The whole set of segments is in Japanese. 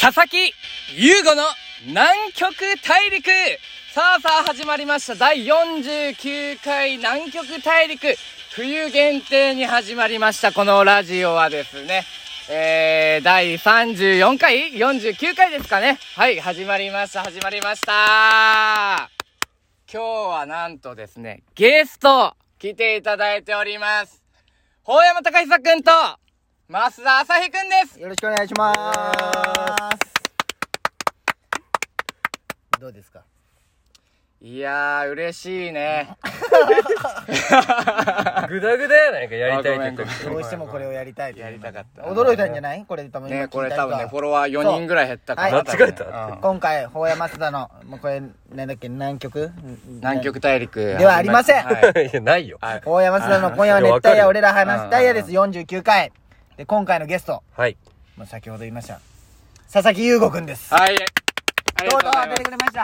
佐々木優吾の南極大陸さあさあ始まりました第49回南極大陸冬限定に始まりましたこのラジオはですねえー、第34回 ?49 回ですかねはい、始まりました、始まりました今日はなんとですね、ゲスト、来ていただいております。法山隆久くんと、増田朝日くんですよろしくお願いします。どうですか。いやー、嬉しいね。グダグダやないか、やりたいってあご言ったけどどうしてもこれをやりたいというやりたかった驚いたんじゃない？これ多分今聞ね、いた人こはれ多分ね、フォロワー4人ぐらい減ったから。そ多う分間違えたうん今回法山松田のもうこれなんだっけ南極南極大陸。ではありませんはいいや、ないよ。はい法山松田の今夜は熱いやわ帯かる夜よ俺ら話すダイヤですう49回で今回のゲストはい。もう先ほど言いました佐々木優吾くんです。はい。ありがとうございうまとうと出てくれました。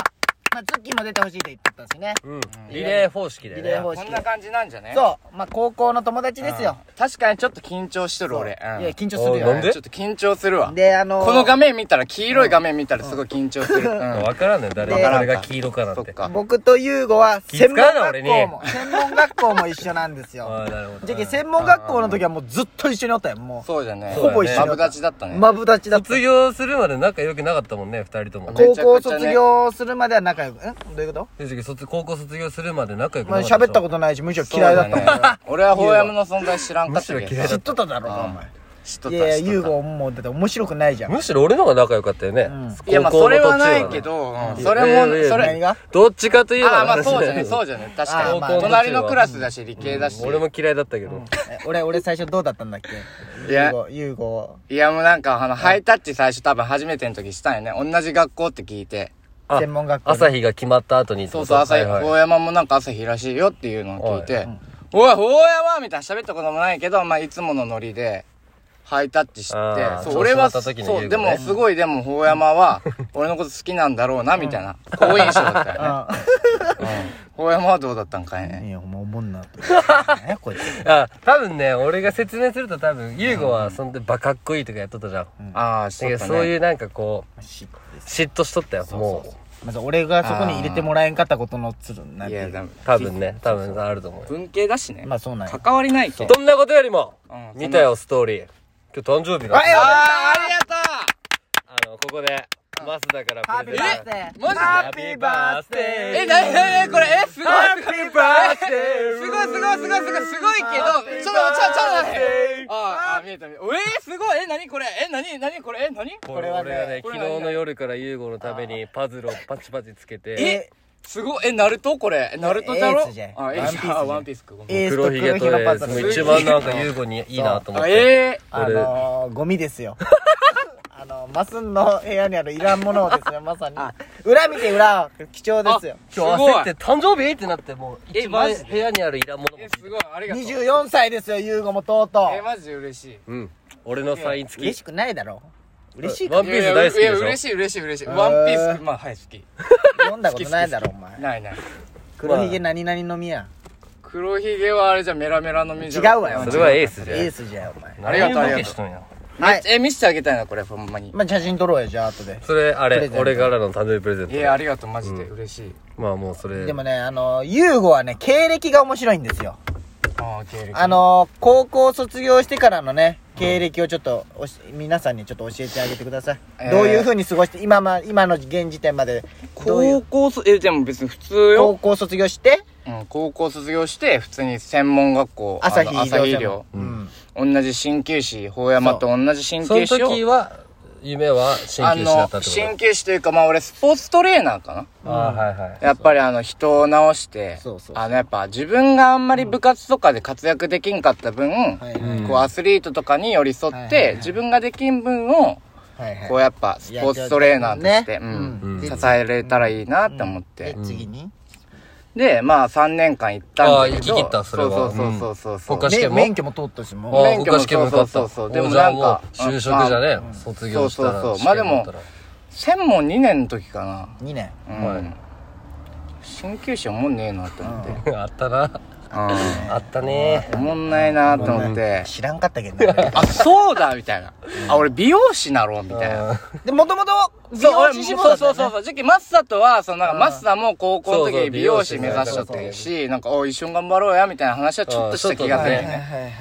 まあツッキーも出てほしいと言ってたしね。うん。リレー方式でリレー方式ね。す。こんな感じなんじゃねそうまあ高校の友達ですよ。確かにちょっと緊張しとる俺。うんいや緊張するおよい。なんでちょっと緊張するわ。であのーこの画面見たら、黄色い画面見たらすごい緊張する。うんわからんねん、誰わがからん誰が黄色かなそっ。ってか。僕と優吾は気遣専う門な学校も 専門学校も一緒なんですあよあ、なるほど。じゃけ専門学校の時はもうずっと一緒におったよもそうじゃね。ほぼ一緒マブダチだったうね。マブダチだった卒業するまで仲良くなかったもんね、二人とも。めちゃ高くちゃね校卒業するまでは仲良くんどういうこと正直、卒高校卒業するまで仲良くまあなかった。。喋ったこととないしむしろそう嫌いだだっねたもんな俺はホヤムの存在知らんかったむしけろど嫌い。知っとっただろうなお前知っとった。いやいや知っとった優吾もうだって面白くないじゃんむしろ俺の方が仲良かったよね。いや、まあ、高校そのれ途中はねないけ。ど、うんうんそれいやいやいも、やそ何れ、がどっちかといえば。ああ、まあ、そうじゃね、そうじじゃね、確かあに。あまあ隣のクラスだし、理系だし。俺も嫌いだったけど。え俺俺最初どうだったんだっけいや優吾優吾いや、もうなんか、あの、ハイタッチ最初多分初めての時したんよね。同じ学校って聞いて。あ専門学校朝日が決まった後にってそこうそと。う、朝日、はいはい大山もなんか朝日らしいよっていうのを聞いて、おい、大山みたいな喋ったこともないけど、まあ、いつものノリで、ハイタッチしてあ、ーそう、調子俺は、乗そった時のう、優で子ねも、すごい、でも、大山は、俺のこと好きなんだろうな、みたいな、好印象だったよね。大山はどうだったんかいうねん。いやお前おもんなって何やこいつ あ、多分ね、俺が説明すると多分、ユーゴはその時バカっこいいとかやっとったじゃん。ああ、しだとけっどたそういね。うなんかこう、嫉妬です嫉妬しとったよ、もう。まず俺がそこに入れてもらえんかったことのつるなんいていや、うだ多分ね、多分あると思うよ。文系だしね。まあそうなんや関わりないけど。どんなことよりもうん、見たよ、ストーリー。今日誕生日だっわよた。あー、ありがとうあの、ここで、マスだからプレゼント。ーマジでハッピーバースデーえ、なになにこれ、え、すごいハッピーバースデーすごいすごいすごいすごいすごいけど、ちょっと、ちょ、ちょ、ちょ、あ、あ、見えた見えた。えー、すごいえ、なにこれえ、なになにこれえ、なにこれ俺がね、昨日の夜からユーゴのためにパズルをパチパチつけて、え、すごいえ、ナルトこれ。えナルトだエろースじゃんあ、エースじゃんあワンピースか。ごめんエースと黒黒ひひげげとのねパズもルう一番なんかユーゴにいいなと思っあて。えあ俺のー、ゴミですよ あのマスンの部屋にあるいらんものを ですよまさに裏見て裏貴重ですよー、す今日ご焦っいて誕生日ってなってもうえ一番マジで部屋にあるいらんものもえ、すごい、ありがとう。 24歳ですよ優吾もとうとえ、うマジで嬉しい。うん俺のサイン付嬉きしくないだろ嬉しいワかンピース大好きでしょいやいや嬉しい嬉しい嬉しい。ワンピース、まあ、はい、好き。読んだことないだろお前ないない。黒ひげ何々のみや黒ひげはあれじゃメラメラの違水うわよそれはエースじゃんエースじゃんお前ありがとうありがとう何ボケしんやはいえ、見せてあげたいな、これ、ほんまに。まあ写真撮ろうよじゃあ後でそれあプレれゼント俺からの誕生日プレゼンいや、あトりがとう、マジで。嬉しい。まあもうそれでもねあの優吾はね経歴が面白いんですよああ、経歴。あ、のー、高校卒業してからのね経歴をちょっとおし皆さんにちょっと教えてあげてください、えーどういうふうに過ごして今,、ま、今の現時点までどうい高う校そ、え、でも別に普通高よ。校卒業してうん、高校卒業して、普通に専門学校、あの朝日医朝日医療療。専門同じ鍼灸師、法山と同じ鍼その灸師を。時は夢はあ鍼灸師だったの、ってこ鍼灸師というか、まあ俺、スポーツトレーナーかな。とああはいはいやっぱりあの、人を治してそうそうそう、あの、やっぱ自分があんまり部活とかで活躍できんかった分はい、うんこう、アスリートとかに寄り添っはいはいはいて、自分ができん分を、はいはいこうやっぱスポーツトレーナーとして、ううんんうん支えれたらいいなって思ってで、次に、でまあ3年間行ったんだけどあー行き切ったそれはそうそうそうそううんそう国家め試験も免許も通ったしもああ免許も国家試験も受かったそうそうそうそうでもおじゃあなんかう就職じゃねまあ卒業したらそうそうそうまあでも試験取っ専門2年の時か2年な、うはい ん鍼灸師おもんねえなって思って、たらあったなあったねおもんないなと思って。知らんかったけど ねあ、そうだみたいな。あ、俺美容師なろうみたいな。でもともと美そう、容俺師も志望だそうったそようそうねそう。正直、マッサとは、そのなんか、マッサも高校のそうそ時う美容師目指しちゃってるし、なんか、お一緒に頑張ろうや、みたいな話はちょっとした気がするよそうそうね。はいはいはい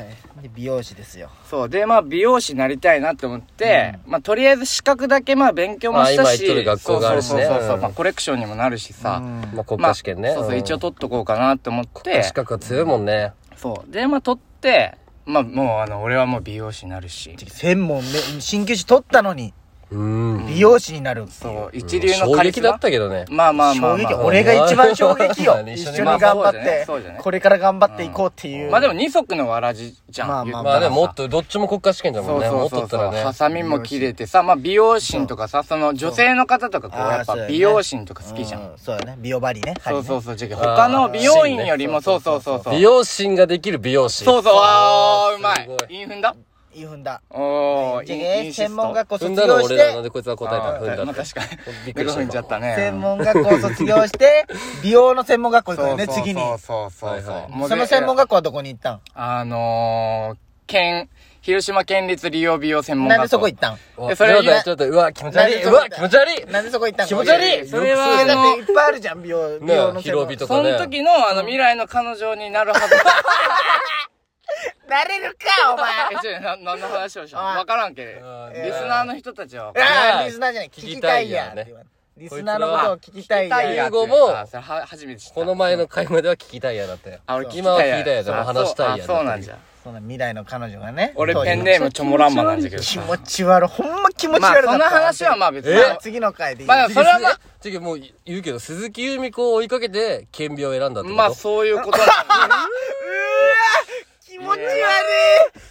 で美容師ですよそう。で、まあ、美容師になりたいなって思って、まあ、とりあえず資格だけ、まあ、勉強もしたあ今し、行っとる学校があるしねそうそうそうそうう。んまあ、コレクションにもなるしさ。まあ国家試験まねあそうそう、一応取っとこうかなって思っうんて資、格は強いもんねそう。で、まあ、取って、まあ、もう、あの、俺はもう美容師になるし。専門め鍼灸師取ったのにうん美容師になるそう、一流の衝カリス撃だマっ。たけどねまあまあまあ衝ま撃あ。俺が一番衝 撃よ一一緒緒にに頑張っまあてそうじゃねこれから頑張っていこうっていうまあでも二足のわらじじゃん。まあまあまあでももっとどっちも国家試験だそもんうねそもうっそとっうそたう、らねハサミも切れてさ、まあ美容師とかさ、その女性の方とかこうそうやっぱあーそうだね美容師とか好きじゃん。うそうだね美容バリねそうそううそう、じゃあ他の美容院よりも、あーそうそうそうそう。美容師ができる美容師そうそう、あー、うすまごい。インフンだいい踏んだおー、じゃあインイねンシスト専門学校踏卒んだの業し俺らなんてでこいつは答えあたー踏んだまのあ確かに。びっくりし踏んじゃったね。専門学校卒業して美容の専門学校行くそようそうね次にそうそうそはういはいもう。その専門学学校はどこに行ったんあのー、県、広島県立利用美容専門学校。なんでそこ行ったんえそえそれれはちょっとうわ気持ち悪いうわ気持ち悪いなんでそこ行ったん気持ち悪いいそれはやあだのっていっぱいあるじゃん美容美容のね専門広々とそかねの時の、あの、未来の彼女になるはずだ。なれるかお 前え、ちょ、な、何の話をしたのおいわからんけど。あリスナーの人たちは。ああリスナーじゃない聞聞ききたたいいややってね言われるリスナーのことを聞きたいタイやヤっやて英語もあそれは初めて知った。この前の会話では聞きたいやだってあ、俺聞き今はたいや。聞きたいやでもあそう話したいやあ、そうなんじゃ。その未来の彼女がね俺当時ペンネームチョモランマなんだけど気さ。持ち悪いほんま気持ちまあ、悪かそったの話はまあ別に。まあ次の回でいいまあそれはまあ、ちょもう言うけど鈴木由美子を追いかけて顕微を選んだってことまあそういうことなんだ。気持ち悪い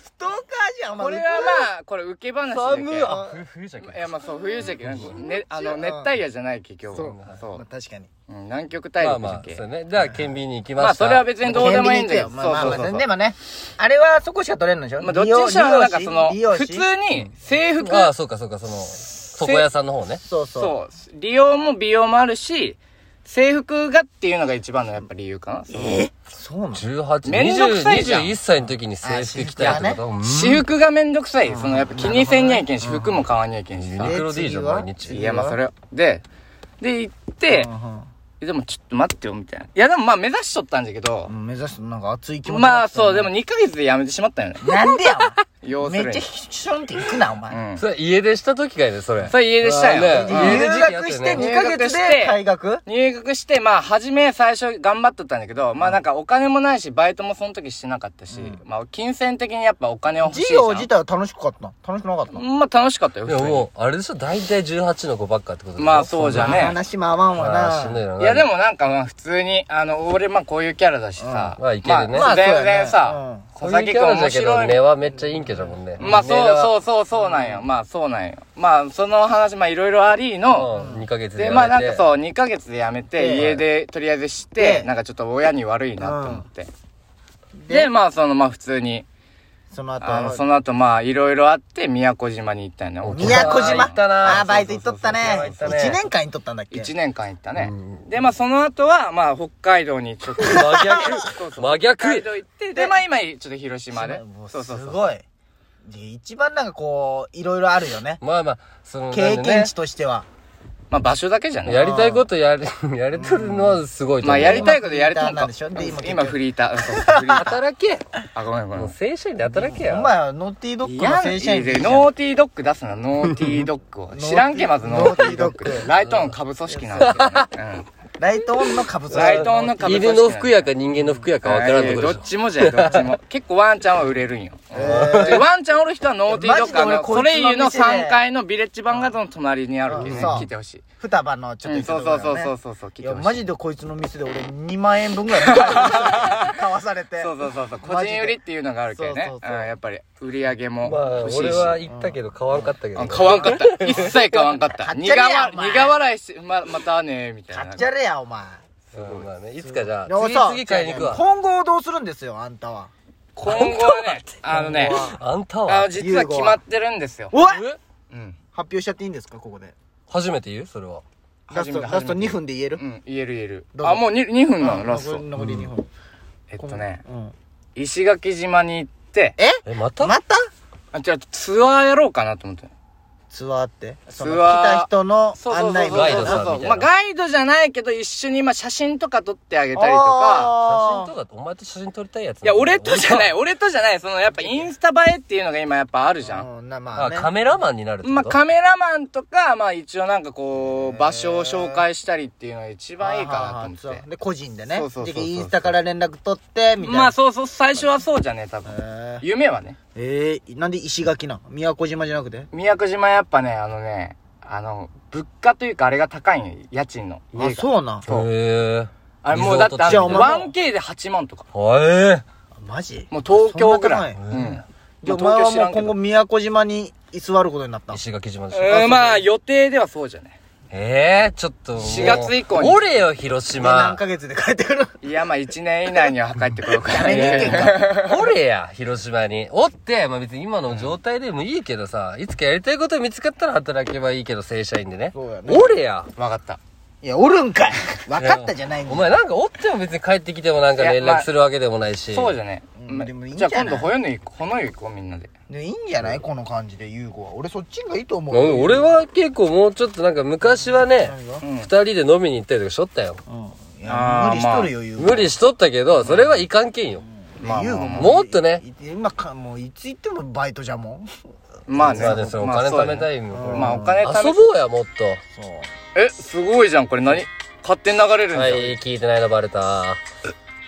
ストーカーじゃんお前これはまあ、これ受け話だけど。寒いあふ冬じゃんいやまあそう冬じゃけどねあの熱帯夜じゃないけ今日そうそまあう確かにうん南極大まあ陸まじゃあけそうねじゃあ顕微に行きままあしたそれは別にどうでもいいんだけど顕微そうそう鏡行くよまあまあそうそまあうでもねあれはそこしか取れるんでしょまあ、どっちにしろなんかその、美容師普通に制服、ああそうかそうかその床屋さんの方ねそうそうそう、利用も美容もあるし、制服がっていうのが一番のやっぱ理由かな。そのそうなの18めんどくさいじゃん21歳の時に制服着たいってことうん私服がめんどくさい。そのやっぱ気にせんにゃいけんし、服も買わんにゃいけんしさユニ。クロでいいじゃん次は毎日いや、まあそれ、で、で行って、えでもちょっと待ってよ、みたいな。いや、でもまあ目指しとったんだけどう、ん目指すなんか熱い気持ちまあそう、ででも2ヶ月で辞めてしまったよね。なんでやお要する前めっにちゃ。シュンって行くなお前うん。それ家出した時かいねそれそれ家出したようわねうん家出留時期あっ学したてよね2ヶ月で退学入学して、まあ、初め最初頑張っとったんだけど、まあなんかお金もないし、バイトもその時してなかったし、まあ金銭的にやっぱお金を欲しいじ授ゃん。業自体は楽しかった楽しくなかったまあ楽しかったよ、で普も通に。もうあれでしょ大体18の子ばっかってことでしょまあそうじゃね。話も合わんわああしんどいなないやでもなんかまあ普通に、あの、俺まあこういうキャラだしさ、うんまあいけるねまあまあそう全だね然さ、小こういう崎キ君ャラだ面けど白い根はめっちゃ陰キャじゃもんねまあそうそううそうそうなんよ。まあそうなんよ。まあその話、まあいろいろありの、 2ヶ月でで、まあなんかうそう、2ヶ月で辞めて、で家でとりあえずしてで、なんかちょっと親に悪いなと思って。でで、まあその、まあ普通に、その後あの、その後、まあ、いろいろあって、宮古島に行ったよね。沖宮縄古島行ったなああバイト行っとったねそうそうそうそう1年間行っとったんだっけ一年間行ったねう。で、まあ、その後は、まあ、北海道にちょっと。真そうそ逆う真北海逆道行って、で、まあ、今、ちょっと広島で。もそうそうすそう。ごいで一番なんかこういろいろあるよねまあまあその経なんでね験値としてはまあ、場所だけじゃやね。りたいことやりやれとる のはすごいと思うまあ、やりたいことやりたいフリーターなんでしょで今今、フリーター。 そうそうフリーター。働けあ、ごめんごめ。もうん正社員で働けおや前はノーティードッグの正社員いやいでやノーティードッグ出すな、ノーティードッグ を。知らんけ、まずノーティードッノーティードッグ。ライトオン株組織なんだけどね。 うんライトオンの株ライトオンの株組織。犬の服やか人間の服やかわからんとこどでしっょちもじゃどっちも結構ワンちゃんは売れるんよ、でワンちゃんおる人はノーティードッグあマジでの俺ソこいつのレイユの店で3階のビレッジバンガードの隣にあるけどね、うん来てほしい双葉のちょっと行くところだよねうんそうそうそうそうそう聞いいてやほしいマジでこいつの店で俺2万円分ぐらい 買わされてそうそうそうそう個マジで人売りっていうのがあるけどねそうそうそううんやっぱり売り上げもまあ欲しいし、俺は行ったけど買わんかったけどあ買わんか った一切買わんかった買っ苦ちゃれや笑お前苦笑いしてままたねみたいな買っちゃれやお前うんまあねいつかじゃあいや次さ次買いに行くわ今後どうするんですよあんたは今後はねあのねあんあたのは実は決まってるんですよ、おいえうん発表しちゃっていいんですかここで初めて言うそれはラストラスト2分で言えるうん言える言えるどうぞあもう 2, 二分なのラス残トり残り2分えっとね、うん、石垣島に行って、ええ、またまたあ、じゃあツアーやろうかなと思って。ツアーってそのツアー来た人のそうそうそうそう案内ガイドさんみたいなまあガイドじゃないけど一緒にまあ写真とか撮ってあげたりとか、写真かとかお前と写真撮りたいやついや、俺とじゃない、あ俺とじゃない、その、やっぱインスタ映えっていうのが今やっぱあるじゃん。うんなまああねカメラマンになるってことまあ、カメラマンとか、まあ一応なんかこう、場所を紹介したりっていうのが一番いいかなとは思いはいっはいて。で個人でねそうそうそうそうでインスタから連絡取ってみたいなまあそうそう、最初はそうじゃねえ、多分。へ夢はね。ええーなんで石垣なん宮古島じゃなくて宮古島やっぱね、あのね、あの、物価というかあれが高いんよ、家賃の。あ家が。そうなんそうへえあれもうだってあじゃあの、お前も 1K で8万とか。はマジもう東京ぐらい。そうんんもなう高いじゃあお東前京は知らもうんけ今ど。後宮古島に居座ることになったえの石垣島でしょうん、まあ予定ではそうじゃない。ええちょっともう4月以降におれよ広で島何 ヶ月で帰ってくるいや、まあ1年以内には帰ってこようかな。め人間おれや広島におって、まあ、別に今の状態でもいいけどさいつかやりたいこと見つかったら働けばいいけど正社員でねそうやねおれや わかった。いやおるんかい 分かったじゃないんだお前なんかおっても別に帰ってきてもなんか連いやま絡あするわけでもないし、そうじゃね。うんまでもいいんじじゃゃあ今ない度、ほよぬい、ほのゆ行こう、みんなで。でいいんじゃないこの感じで優子は俺そっちがいいと思うまあよ俺は結構もうちょっとなんか昔はね何がうん二人で飲みに行ったりとかしとったようんいあーや無理しとるよ優子無理しとったけどそれはいかんけんよまあ優子まあもっとねい今かもういつ行ってもバイトじゃもんまあね。まあねそれお金貯めたい。いもん、まあこそうれまあお金貯め遊ぼうやもっとそうえ、すごいじゃん。これ何勝手に流れるんはだよ。い聞いてないのバレたあ、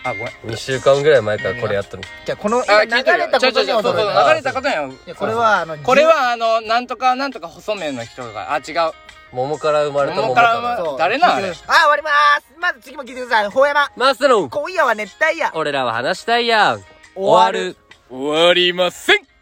ごめん。 2週間ぐらい前からこれやっとるじゃあこのあ、今流れたこと違にう違う違うそうそう、驚いた流れたことにはいやこれはあのこれはあの、なんとかなんとか細麺の人が、あ、違う。桃から生まれた桃桃からだ生まなれそう誰なんあれ聞いてくださいあ終わりまーすまず次も聞いてくださいほうやまマスタロン今夜は熱帯夜俺らは話したいやん終わる終わりません